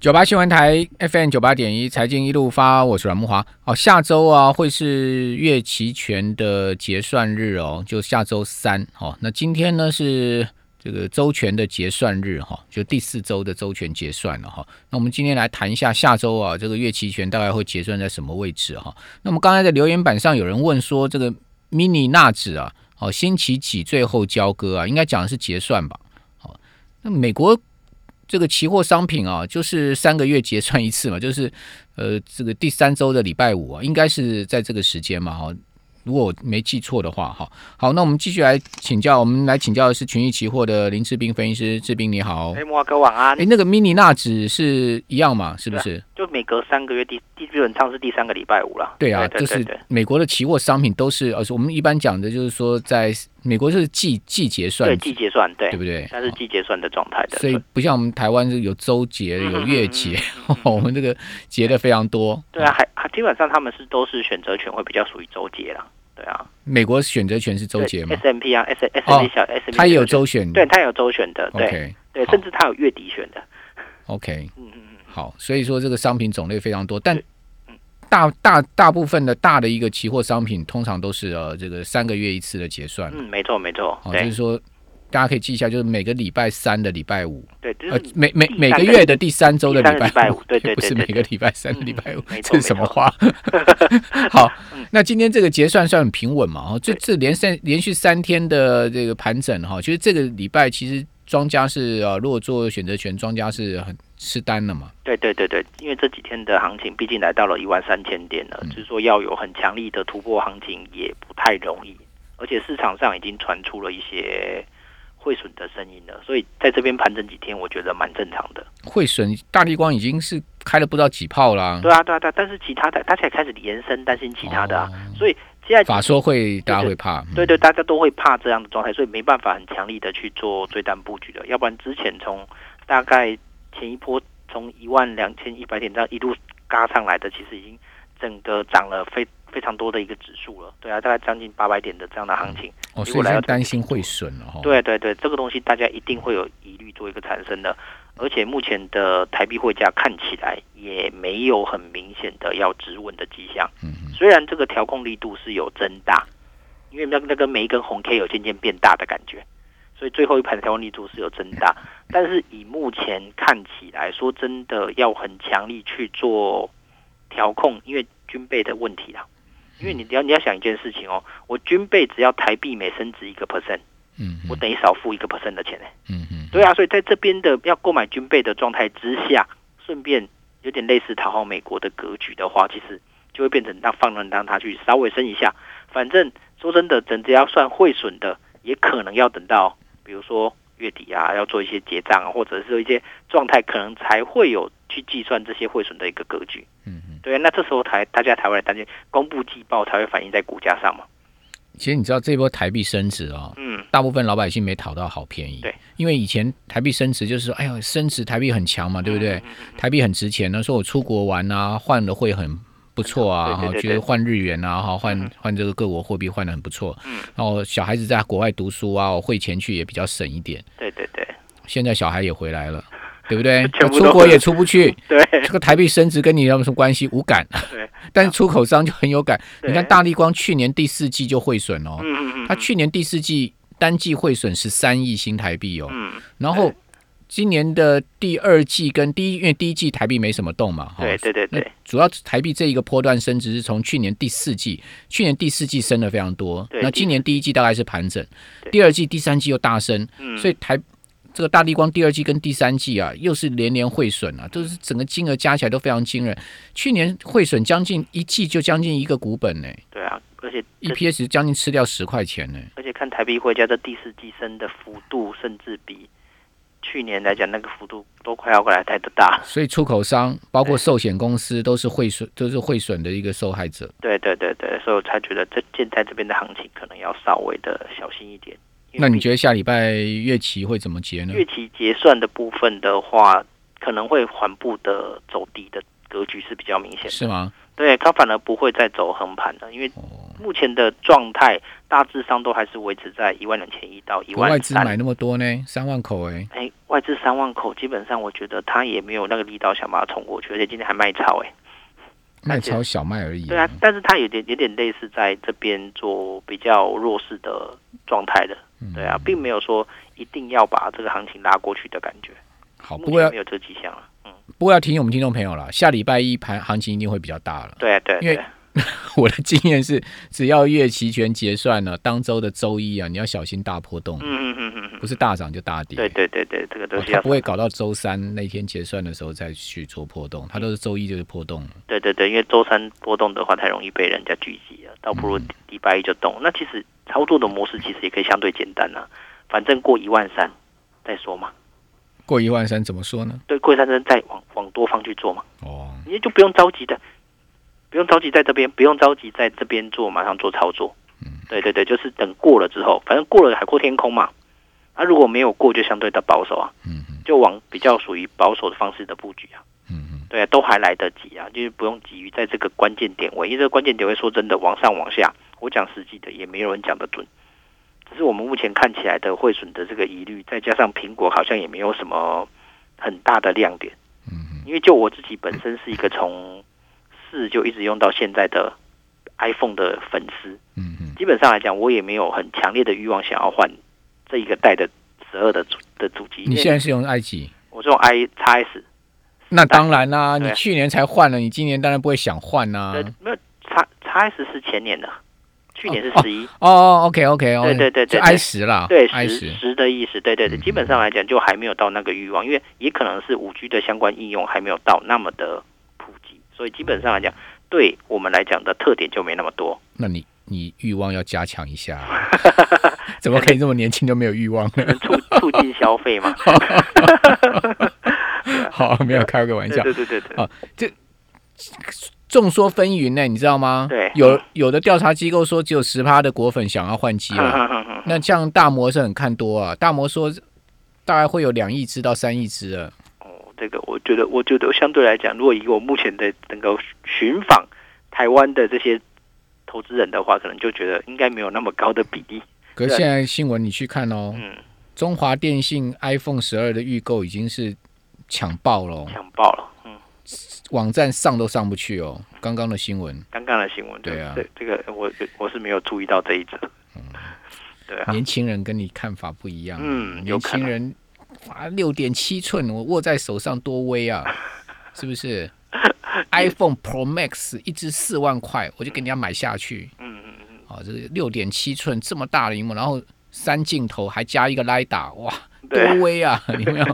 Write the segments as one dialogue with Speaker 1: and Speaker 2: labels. Speaker 1: 九八新闻台 FM 九八点一财经一路发，我是阮木华。哦，下周啊会是月期权的结算日哦，就下周三。哦，那今天呢是这个周权的结算日哈、哦，就第四周的周权结算了哈、哦。那我们今天来谈一下下周啊这个月期权大概会结算在什么位置哈、哦。那么刚才在留言板上有人问说，这个 mini 纳指啊，哦星期几最后交割啊？应该讲的是结算吧？好、哦，那美国。这个期货商品啊，就是三个月结算一次嘛，就是呃，这个第三周的礼拜五啊，应该是在这个时间嘛，哈。如果我没记错的话，哈。好，那我们继续来请教，我们来请教的是群益期货的林志斌分析师，志斌你好。
Speaker 2: 哎，莫哥晚安。
Speaker 1: 哎，那个 mini 纳指是一样嘛？是不是？
Speaker 2: 就每隔三个月第第基本上是第三个礼拜五了。
Speaker 1: 对啊，
Speaker 2: 对
Speaker 1: 就
Speaker 2: 对对
Speaker 1: 是美国的期货商品都是，而且我们一般讲的就是说，在美国是季季结算
Speaker 2: 对，季结算，对
Speaker 1: 对，不对？
Speaker 2: 它是季结算的状态的。
Speaker 1: 所以
Speaker 2: 对嗯
Speaker 1: 不像我们台湾是有周结、有月结， 我们这个结的非常多。
Speaker 2: 对啊，还还基本上他们是都是选择权会比较属于周结啦。对啊，
Speaker 1: 美国选择权是周结嘛，
Speaker 2: S M P 啊，S S M
Speaker 1: 哦
Speaker 2: P 小 S M，
Speaker 1: 它也有，周选。
Speaker 2: 对，它有周选的，对
Speaker 1: ，OK
Speaker 2: 对，
Speaker 1: 好
Speaker 2: 甚至它有月底选的。
Speaker 1: OK，
Speaker 2: 嗯嗯嗯，
Speaker 1: 好，所以说这个商品种类非常多，但
Speaker 2: 对嗯
Speaker 1: 大大大部分的大的一个期货商品，通常都是呃这个三个月一次的结算，
Speaker 2: 嗯，没错没错，
Speaker 1: 好，哦就是
Speaker 2: 对
Speaker 1: 说大家可以记一下，就是每个礼拜三的礼拜五，
Speaker 2: 对，就
Speaker 1: 呃
Speaker 2: 是，
Speaker 1: 每每
Speaker 2: 第三
Speaker 1: 每个
Speaker 2: 个
Speaker 1: 月的第三周的
Speaker 2: 第三个
Speaker 1: 礼
Speaker 2: 礼拜
Speaker 1: 五
Speaker 2: 五， 对对对
Speaker 1: 不是每
Speaker 2: 对
Speaker 1: 个
Speaker 2: 对
Speaker 1: 礼拜三的礼拜五
Speaker 2: 嗯嗯没，错嗯
Speaker 1: 这是什么 话？好，那今天这个结算算很平稳嘛？哦，这
Speaker 2: 对
Speaker 1: 这连三连续三天的这个盘整哈，其实这个礼拜其实庄家是啊，如果做选择权，庄家是很吃单的嘛。
Speaker 2: 对对对对，因为这几天的行情毕竟来到了一万三千点了，就是说要有很强力的突破行情也不太容易，而且市场上已经传出了一些汇损的声音了，所以在这边盘整几天，我觉得蛮正常的。
Speaker 1: 汇损大力光已经是开了不知道几炮啦，
Speaker 2: 对啊，对啊，对啊，但是其他的它才开始延伸担心其他的啊，所以现在
Speaker 1: 法说会大家会怕，
Speaker 2: 对对，大家都会怕这样的状态，所以没办法很强力的去做追单布局的。要不然之前从大概前一波从一万两千一百点这样一路嘎上来的，其实已经整个涨了非非常多的一个指数了。对啊，大概将近八百点的这样的行情。
Speaker 1: 哦，
Speaker 2: 结
Speaker 1: 所以
Speaker 2: 果来
Speaker 1: 现在
Speaker 2: 到
Speaker 1: 担心汇损了哦哈。，
Speaker 2: 对对对，这个东西大家一定会有疑虑做一个产生的。而且目前的台币汇价看起来也没有很明显的要止稳的迹象。
Speaker 1: 嗯嗯
Speaker 2: 虽然这个调控力度是有增大，因为那那跟每一根红 K 有渐渐变大的感觉，所以最后一盘调控力度是有增大，但是以目前看起来，说真的要很强力去做调控，因为军备的问题啦。因为你你要你要想一件事情哦，我军备只要台币每升值一个 percent，
Speaker 1: 嗯
Speaker 2: 我
Speaker 1: 嗯
Speaker 2: 等于少付一个 percent 的钱呢、
Speaker 1: 嗯嗯，
Speaker 2: 对啊，所以在这边的要购买军备的状态之下，顺便有点类似讨好美国的格局的话，其实就会变成让放任让它去稍微升一下。反正说真的，整只要算汇损的，也可能要等到比如说月底啊，要做一些结账啊，或者是有一些状态，可能才会有去计算这些汇损的一个格局。
Speaker 1: 嗯嗯。
Speaker 2: 对啊，那这时候台大家才会来担心公布季报才会反映在股价上嘛。
Speaker 1: 其实你知道这波台币升值哦，
Speaker 2: 嗯，
Speaker 1: 大部分老百姓没讨到好便宜。
Speaker 2: 对，
Speaker 1: 因为以前台币升值就是说，哎呦，升值台币很强嘛，对不对？
Speaker 2: 嗯
Speaker 1: 台币很值钱那时候我出国玩啊，换了会很不错啊，
Speaker 2: 对对
Speaker 1: 哈，
Speaker 2: 对
Speaker 1: 觉得
Speaker 2: 对
Speaker 1: 换日元啊，哈，换
Speaker 2: 嗯
Speaker 1: 换这个各国货币换的很不错。
Speaker 2: 嗯，
Speaker 1: 然后小孩子在国外读书啊，我汇钱去也比较省一点。
Speaker 2: 对对对
Speaker 1: 现在小孩也回 来了，对不对？
Speaker 2: 全部都
Speaker 1: 出国也出不去，
Speaker 2: 对
Speaker 1: 这个台币升值跟你有什么关系？无感。
Speaker 2: 对，
Speaker 1: 但是出口商就很有感。
Speaker 2: 对
Speaker 1: 你看大力光去年第四季就汇损哦，
Speaker 2: 嗯嗯
Speaker 1: 它去年第四季单季汇损十三亿新台币哦，
Speaker 2: 嗯，
Speaker 1: 然后今年的第二季跟第一，因为第一季台币没什么动嘛，哈
Speaker 2: 对对对
Speaker 1: 啊那
Speaker 2: 对
Speaker 1: 主要台币这一个波段升值是从去年第四季，去年第四季升的非常多，
Speaker 2: 对
Speaker 1: 那今年第一季大概是盘整，
Speaker 2: 对
Speaker 1: 第二季、第三季又大升，
Speaker 2: 嗯，
Speaker 1: 所以台这个大地光第二季跟第三季啊，又是连连汇损啊，都是整个金额加起来都非常惊人。去年汇损将近一季就将近一个股本呢、
Speaker 2: 对啊，而且这
Speaker 1: EPS 将近吃掉十块钱呢、
Speaker 2: 而且看台币汇价，这第四季升的幅度，甚至比去年来讲那个幅度都快要过来台的大。
Speaker 1: 所以出口商包括寿险公司都是汇损，都是汇损的一个受害者。
Speaker 2: 对对对对，所以我才觉得这现在这边的行情可能要稍微的小心一点。因为
Speaker 1: 那你
Speaker 2: 毕
Speaker 1: 觉得下礼拜月期会怎么结呢？
Speaker 2: 月期结算的部分的话，可能会缓步的走低的格局是比较明显的。
Speaker 1: 是吗？
Speaker 2: 对，它反而不会再走横盘了，因为
Speaker 1: 哦，
Speaker 2: 目前的状态大致上都还是维持在一万两千一到一
Speaker 1: 国外
Speaker 2: 万
Speaker 1: 资
Speaker 2: 三
Speaker 1: 买那么多呢，三万口哎，
Speaker 2: 哎，外资三万口，基本上我觉得它也没有那个力道想把它冲过去，而且今天还卖超哎。
Speaker 1: 卖超小麦而已。
Speaker 2: 对啊，但是它有点有点类似在这边做比较弱势的状态的，
Speaker 1: 嗯
Speaker 2: 对啊，并没有说一定要把这个行情拉过去的感觉，
Speaker 1: 好，哦不
Speaker 2: 目
Speaker 1: 过
Speaker 2: 前
Speaker 1: 要
Speaker 2: 没有这个迹象了。嗯，
Speaker 1: 不过要提醒我们听众朋友了，下礼拜一盘行情一定会比较大了。
Speaker 2: 对啊对啊
Speaker 1: 因为
Speaker 2: 对啊，
Speaker 1: 我的经验是，只要月期权结算了，当周的周一啊，你要小心大波动，
Speaker 2: 嗯嗯嗯嗯嗯，
Speaker 1: 不是大涨就大跌。
Speaker 2: 对对对对，这个东
Speaker 1: 哦
Speaker 2: 西
Speaker 1: 它
Speaker 2: 要
Speaker 1: 不会搞到周三那天结算的时候再去做波动，它都是周一就是波动了。
Speaker 2: 对对对，因为周三波动的话太容易被人家聚集了，倒不如
Speaker 1: 嗯
Speaker 2: 礼拜一就动。那其实操作的模式其实也可以相对简单啊，反正过一万三再说嘛。
Speaker 1: 过一万三怎么说呢？
Speaker 2: 对，过一万三再往往多方去做嘛，
Speaker 1: 哦，
Speaker 2: 你就不用着急的，不用着急在这边，不用着急在这边做，马上做操作。对对对，就是等过了之后，反正过了海阔天空嘛。啊，如果没有过，就相对的保守啊，
Speaker 1: 嗯嗯
Speaker 2: 就往比较属于保守的方式的布局啊。
Speaker 1: 嗯嗯，
Speaker 2: 对啊，都还来得及啊，就是不用急于在这个关键点位，因为这个关键点位说真的，往上往下，我讲实际的也没有人讲得准。只是我们目前看起来的汇损的这个疑虑，再加上苹果好像也没有什么很大的亮点。
Speaker 1: 嗯
Speaker 2: 因为就我自己本身是一个从四就一直用到现在的 iPhone 的粉丝，
Speaker 1: 嗯嗯，
Speaker 2: 基本上来讲，我也没有很强烈的欲望想要换这一个代的十二的主的主机。
Speaker 1: 你现在是用埃及？
Speaker 2: 因为我是用 i x S，
Speaker 1: 那当然啦、
Speaker 2: 对
Speaker 1: 你去年才换了，你今年当然不会想换啦、
Speaker 2: 对，没有叉叉 S 是前年的，去年是
Speaker 1: 哦啊
Speaker 2: 十一、
Speaker 1: 哦，OK OK 哦，
Speaker 2: 对对对对
Speaker 1: 就
Speaker 2: 对
Speaker 1: i 十啦，
Speaker 2: 对
Speaker 1: i
Speaker 2: 十
Speaker 1: 十，
Speaker 2: 十的意思，对对对，
Speaker 1: 嗯
Speaker 2: 基本上来讲就还没有到那个欲望，因为也可能是五 G 的相关应用还没有到那么的普及，所以基本上来讲，对我们来讲的特点就没那么多。
Speaker 1: 那你你欲望要加强一下，怎么可以这么年轻就没有欲望 呢？
Speaker 2: 促促进消费嘛，
Speaker 1: 好，没有开个玩
Speaker 2: 对
Speaker 1: 笑，
Speaker 2: 对对对对
Speaker 1: 啊，众说纷纭呢，你知道吗？
Speaker 2: 对
Speaker 1: 有有的调查机构说只有十趴的果粉想要换机
Speaker 2: 哼
Speaker 1: 啊，
Speaker 2: 哼哼哼
Speaker 1: 那像大摩是很看多啊，大摩说大概会有两亿只到三亿只了。
Speaker 2: 哦，这个我觉得，我觉得相对来讲，如果以我目前的能够寻访台湾的这些投资人的话，可能就觉得应该没有那么高的比例。
Speaker 1: 可是
Speaker 2: 对
Speaker 1: 现在新闻你去看哦，
Speaker 2: 嗯，
Speaker 1: 中华电信 iPhone 十二的预购已经是抢爆了哦，
Speaker 2: 强爆了。嗯。
Speaker 1: 网站上都上不去哦。刚刚的新 闻，
Speaker 2: 刚刚的新闻，
Speaker 1: 对啊
Speaker 2: 这这个我我是没有注意到这一则，对啊，
Speaker 1: 年轻人跟你看法不一样。啊
Speaker 2: 嗯有
Speaker 1: 年
Speaker 2: 可能
Speaker 1: 轻人哇，六点七寸我握在手上多威 啊，是不是？iPhone Pro Max 一支四万块，我就给人家买下去。
Speaker 2: 嗯嗯嗯，
Speaker 1: 哦，这六点七寸这么大的荧幕，然后三镜头还加一个 LiDAR，哇，多
Speaker 2: 对
Speaker 1: 威 啊！有没有？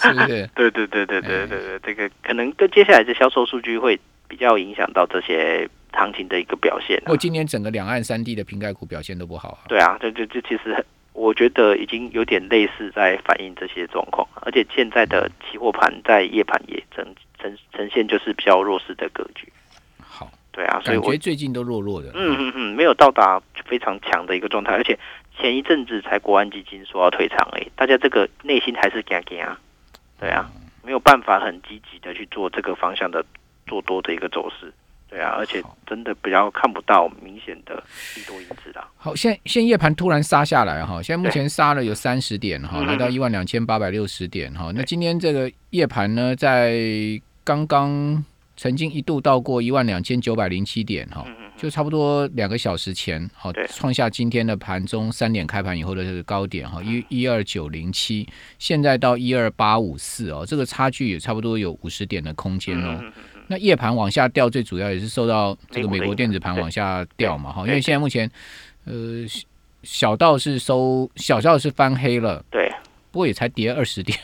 Speaker 1: 是不是？
Speaker 2: 对对对对对对对，这个可能跟接下来的销售数据会比较影响到这些行情的一个表现、
Speaker 1: 不
Speaker 2: 啊
Speaker 1: 过，哦今年整个两岸三地的瓶盖股表现都不好啊。
Speaker 2: 对啊，这这这其实我觉得已经有点类似在反映这些状况，而且现在的期货盘在夜盘也呈呈呈现就是比较弱势的格局，
Speaker 1: 好，
Speaker 2: 对啊，所以
Speaker 1: 感
Speaker 2: 我
Speaker 1: 觉最近都弱弱的。
Speaker 2: 嗯嗯嗯，没有到达非常强的一个状态，而且前一阵子才国安基金说要退场而已，大家这个内心还是惊惊啊，对啊，
Speaker 1: 嗯
Speaker 2: 没有办法很积极的去做这个方向的做多的一个走势，对啊，而且真的比较看不到明显的利多因子啦，
Speaker 1: 好，现现夜盘突然杀下来哈，现在目
Speaker 2: 对
Speaker 1: 前杀了有三十点哈，
Speaker 2: 嗯
Speaker 1: 来到一万两千八百六十点哈。那今天这个夜盘呢，在刚刚曾经一度到过一万两千九百零七点哈，
Speaker 2: 嗯嗯嗯
Speaker 1: 就差不多两个小时前好
Speaker 2: 对
Speaker 1: 创下今天的盘中三点开盘以后的这个高点哈，
Speaker 2: 嗯
Speaker 1: 一一二九零七，现在到一二八五四哦，这个差距也差不多有五十点的空间哦。
Speaker 2: 嗯嗯嗯
Speaker 1: 那夜盘往下掉，最主要也是受到这个美
Speaker 2: 美
Speaker 1: 国
Speaker 2: 国的影
Speaker 1: 电
Speaker 2: 响
Speaker 1: 子盘往下掉嘛，哈，
Speaker 2: 对
Speaker 1: 因为现在目前，呃，小小道是收，小道是翻黑了，
Speaker 2: 对，
Speaker 1: 不过也才跌二十点，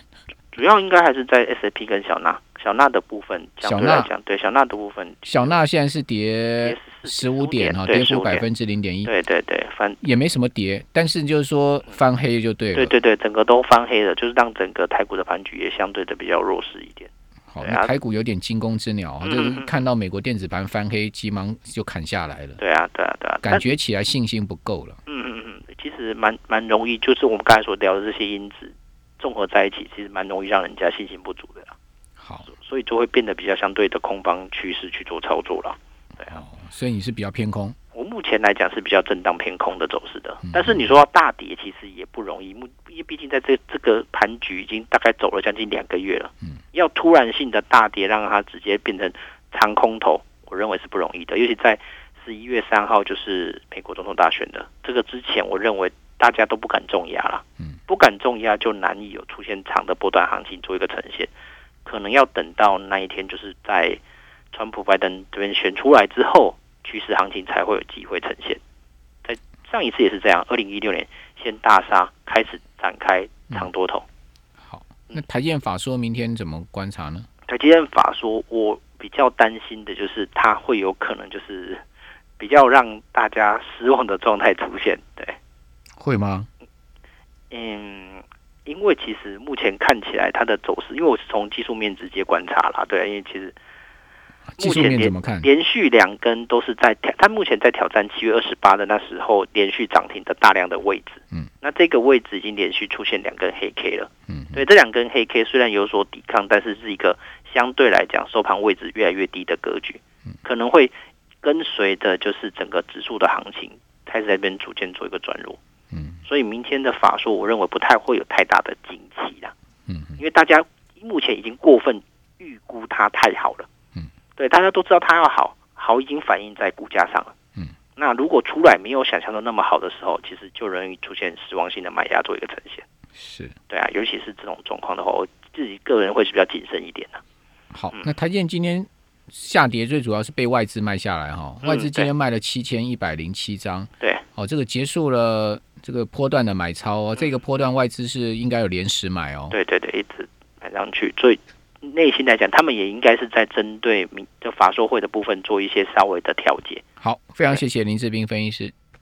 Speaker 2: 主要应该还是在 S P 跟小纳小纳的部分，相对
Speaker 1: 小纳
Speaker 2: 来讲，对小纳的部分
Speaker 1: 小纳现在是跌
Speaker 2: 跌
Speaker 1: 十五点哈，
Speaker 2: 对
Speaker 1: 跌幅
Speaker 2: 15
Speaker 1: 百
Speaker 2: 点
Speaker 1: 分之零点一，
Speaker 2: 对对对，反
Speaker 1: 也没什么跌，但是就是说翻黑就对
Speaker 2: 对
Speaker 1: 了，
Speaker 2: 对对，整个都翻黑了，就是让整个台股的盘局也相对的比较弱势一点。
Speaker 1: 好，
Speaker 2: 对啊
Speaker 1: 那台股有点惊弓之鸟，
Speaker 2: 嗯
Speaker 1: 就是看到美国电子盘翻黑，急忙就砍下来了，
Speaker 2: 对啊，对啊，对啊，
Speaker 1: 感
Speaker 2: 但
Speaker 1: 觉起来信心不够了，
Speaker 2: 嗯嗯嗯嗯，其实蛮蛮容易，就是我们刚才所聊的这些因子综合在一起，其实蛮容易让人家信心不足的啦，
Speaker 1: 好，
Speaker 2: 所以就会变得比较相对的空方趋势去做操作了。对啊，
Speaker 1: 哦，所以你是比较偏空，
Speaker 2: 我目目前来讲是比较震荡偏空的走势的。
Speaker 1: 嗯
Speaker 2: 但是你说要大跌，其实也不容易，目因为毕竟在这这个盘局已经大概走了将近两个月了，
Speaker 1: 嗯，
Speaker 2: 要突然性的大跌，让它直接变成长空头，我认为是不容易的。尤其在十一月三号就是美国总统大选的这个之前，我认为大家都不敢重压了，
Speaker 1: 嗯，
Speaker 2: 不敢重压就难以有出现长的波段行情做一个呈现，可能要等到那一天，就是在川普拜登这边选出来之后，趋势行情才会有机会呈现。在上一次也是这样，二零一六年先大杀，开始展开长多头。
Speaker 1: 好，那
Speaker 2: 嗯
Speaker 1: 台建法说明天怎么观察呢？
Speaker 2: 台积电法说，我比较担心的就是它会有可能就是比较让大家失望的状态出现。对，
Speaker 1: 会吗？
Speaker 2: 嗯，因为其实目前看起来它的走势，因为我是从技术面直接观察啦，对，因为其实
Speaker 1: 技术面怎么看？
Speaker 2: 连续两根都是在挑，它目前在挑战七月二十八的那时候连续涨停的大量的位置。
Speaker 1: 嗯，
Speaker 2: 那这个位置已经连续出现两根黑 K 了。
Speaker 1: 嗯，
Speaker 2: 对，这两根黑 K 虽然有所抵抗，但是是一个相对来讲收盘位置越来越低的格局，
Speaker 1: 嗯
Speaker 2: 可能会跟随着就是整个指数的行情开始在这边逐渐做一个转弱。
Speaker 1: 嗯，
Speaker 2: 所以明天的法说，我认为不太会有太大的惊奇啦。
Speaker 1: 嗯，
Speaker 2: 因为大家目前已经过分预估它太好了。对，大家都知道它要好，好已经反映在股价上了。
Speaker 1: 嗯，
Speaker 2: 那如果出来没有想象的那么好的时候，其实就容易出现失望性的买压做一个呈现。
Speaker 1: 是
Speaker 2: 对啊，尤其是这种状况的话，我自己个人会是比较谨慎一点的、
Speaker 1: 好。
Speaker 2: 嗯
Speaker 1: 那台建今天下跌最主要是被外资卖下来哈，
Speaker 2: 嗯
Speaker 1: 外资今天卖了七千一百零七张，
Speaker 2: 对，嗯
Speaker 1: 哦，这个结束了这个波段的买超哦，这个波段外资是应该有连十买哦。
Speaker 2: 对对对，一直买上去，所以内心来讲，他们也应该是在针对明就法说会的部分做一些稍微的调节。
Speaker 1: 好，非常谢谢林志斌分析师。